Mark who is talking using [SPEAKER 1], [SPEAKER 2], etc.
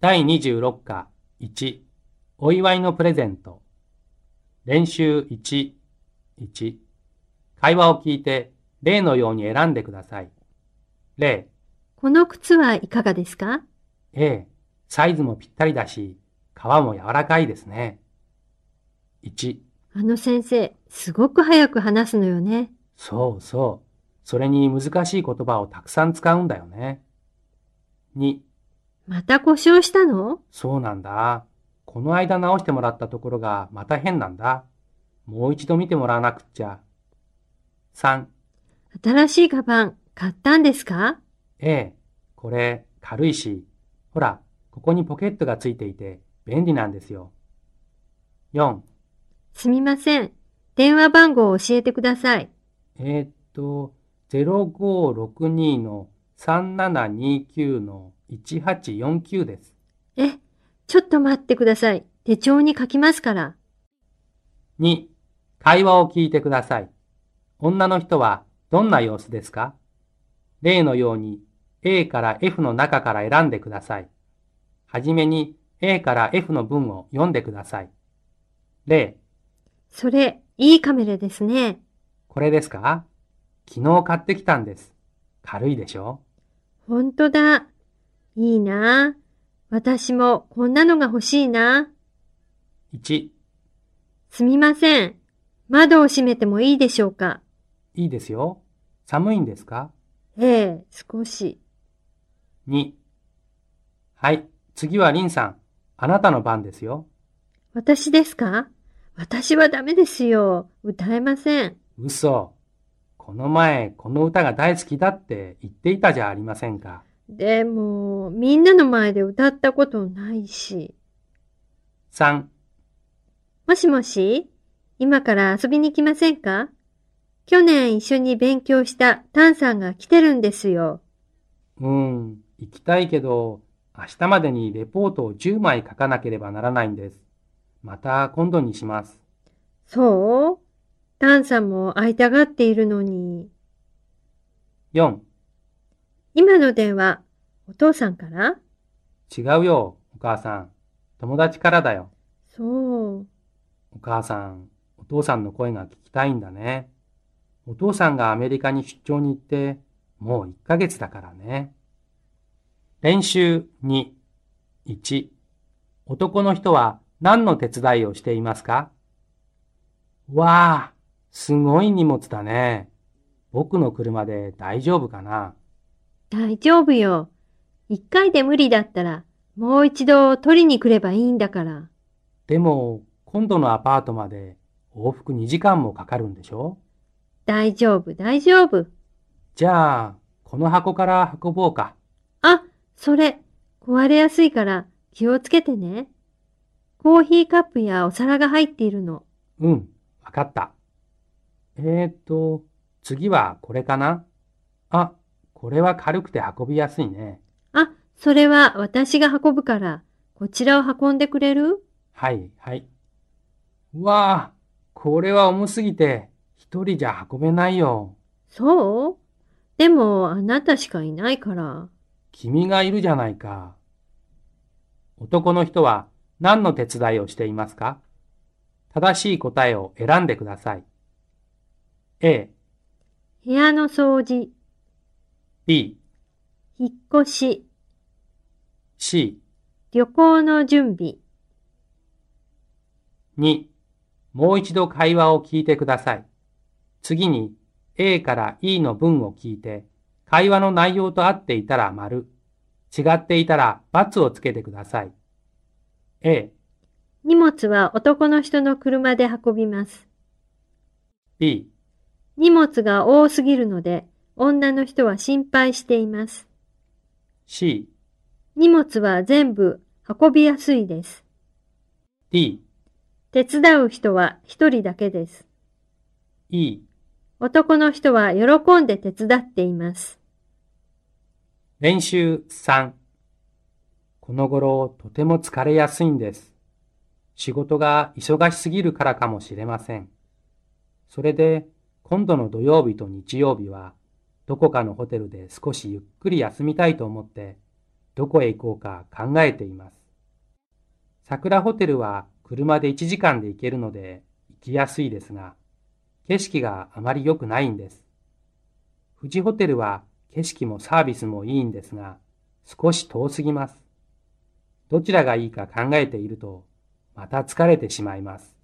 [SPEAKER 1] 第26課1お祝いのプレゼント練習11会話を聞いて例のように選んでください例
[SPEAKER 2] この靴はいかがですか
[SPEAKER 1] A サイズもぴったりだし皮も柔らかいですね1
[SPEAKER 2] あの先生、すごく早く話すのよね。
[SPEAKER 1] そうそうそれに難しい言葉をたくさん使うんだよね2
[SPEAKER 2] また故障したの
[SPEAKER 1] そうなんだ。この間直してもらったところがまた変なんだ。もう一度見てもらわなくっちゃ。3、
[SPEAKER 2] 新しいカバン買ったんですか
[SPEAKER 1] A、これ軽いし、ほら、ここにポケットがついていて便利なんですよ。4、
[SPEAKER 2] すみません。電話番号を教えてください。
[SPEAKER 1] えーっと、0562の3729の1849です。
[SPEAKER 2] え、ちょっと待ってください。手帳に書きますから。
[SPEAKER 1] 2. 会話を聞いてください。女の人はどんな様子ですか例のように A から F の中から選んでください。はじめに A から F の文を読んでください。例、
[SPEAKER 2] それ、いいカメラですね。
[SPEAKER 1] これですか昨日買ってきたんです。軽いでしょ
[SPEAKER 2] ほんとだ。いいな。私もこんなのが欲しいな。
[SPEAKER 1] ?1、
[SPEAKER 2] すみません。窓を閉めてもいいでしょうか
[SPEAKER 1] いいですよ。寒いんですか
[SPEAKER 2] ええ、少し。
[SPEAKER 1] ?2、はい、次はリンさん。あなたの番ですよ。
[SPEAKER 2] 私ですか私はダメですよ。歌えません。
[SPEAKER 1] 嘘。この前、この歌が大好きだって言っていたじゃありませんか。
[SPEAKER 2] でも、みんなの前で歌ったことないし。
[SPEAKER 1] 3、
[SPEAKER 2] もしもし今から遊びに来ませんか去年一緒に勉強したタンさんが来てるんですよ。
[SPEAKER 1] うーん、行きたいけど、明日までにレポートを10枚書かなければならないんです。また今度にします。
[SPEAKER 2] そうタンさんも会いたがっているのに。
[SPEAKER 1] 4、
[SPEAKER 2] 今の電話、お父さんから
[SPEAKER 1] 違うよ、お母さん。友達からだよ。
[SPEAKER 2] そう。
[SPEAKER 1] お母さん、お父さんの声が聞きたいんだね。お父さんがアメリカに出張に行って、もう1ヶ月だからね。練習2、1、男の人は何の手伝いをしていますかわあ、すごい荷物だね。僕の車で大丈夫かな
[SPEAKER 2] 大丈夫よ。一回で無理だったら、もう一度取りに来ればいいんだから。
[SPEAKER 1] でも、今度のアパートまで往復2時間もかかるんでしょ
[SPEAKER 2] 大丈夫、大丈夫。
[SPEAKER 1] じゃあ、この箱から運ぼうか。
[SPEAKER 2] あ、それ、壊れやすいから気をつけてね。コーヒーカップやお皿が入っているの。
[SPEAKER 1] うん、わかった。えーっと、次はこれかなあ、これは軽くて運びやすいね。
[SPEAKER 2] あ、それは私が運ぶから、こちらを運んでくれる
[SPEAKER 1] はい、はい。うわあ、これは重すぎて、一人じゃ運べないよ。
[SPEAKER 2] そうでも、あなたしかいないから。
[SPEAKER 1] 君がいるじゃないか。男の人は何の手伝いをしていますか正しい答えを選んでください。A、
[SPEAKER 2] 部屋の掃除、
[SPEAKER 1] B、
[SPEAKER 2] 引っ越し、
[SPEAKER 1] C、
[SPEAKER 2] 旅行の準備。
[SPEAKER 1] 2. もう一度会話を聞いてください。次に A から E の文を聞いて、会話の内容と合っていたら丸、違っていたら×をつけてください。A、
[SPEAKER 2] 荷物は男の人の車で運びます。
[SPEAKER 1] B、
[SPEAKER 2] 荷物が多すぎるので、女の人は心配しています。
[SPEAKER 1] C、
[SPEAKER 2] 荷物は全部運びやすいです。
[SPEAKER 1] D、
[SPEAKER 2] 手伝う人は一人だけです。
[SPEAKER 1] E。
[SPEAKER 2] 男の人は喜んで手伝っています。
[SPEAKER 1] 練習3。この頃とても疲れやすいんです。仕事が忙しすぎるからかもしれません。それで今度の土曜日と日曜日はどこかのホテルで少しゆっくり休みたいと思ってどこへ行こうか考えています。桜ホテルは車で1時間で行けるので行きやすいですが、景色があまり良くないんです。富士ホテルは景色もサービスもいいんですが、少し遠すぎます。どちらがいいか考えていると、また疲れてしまいます。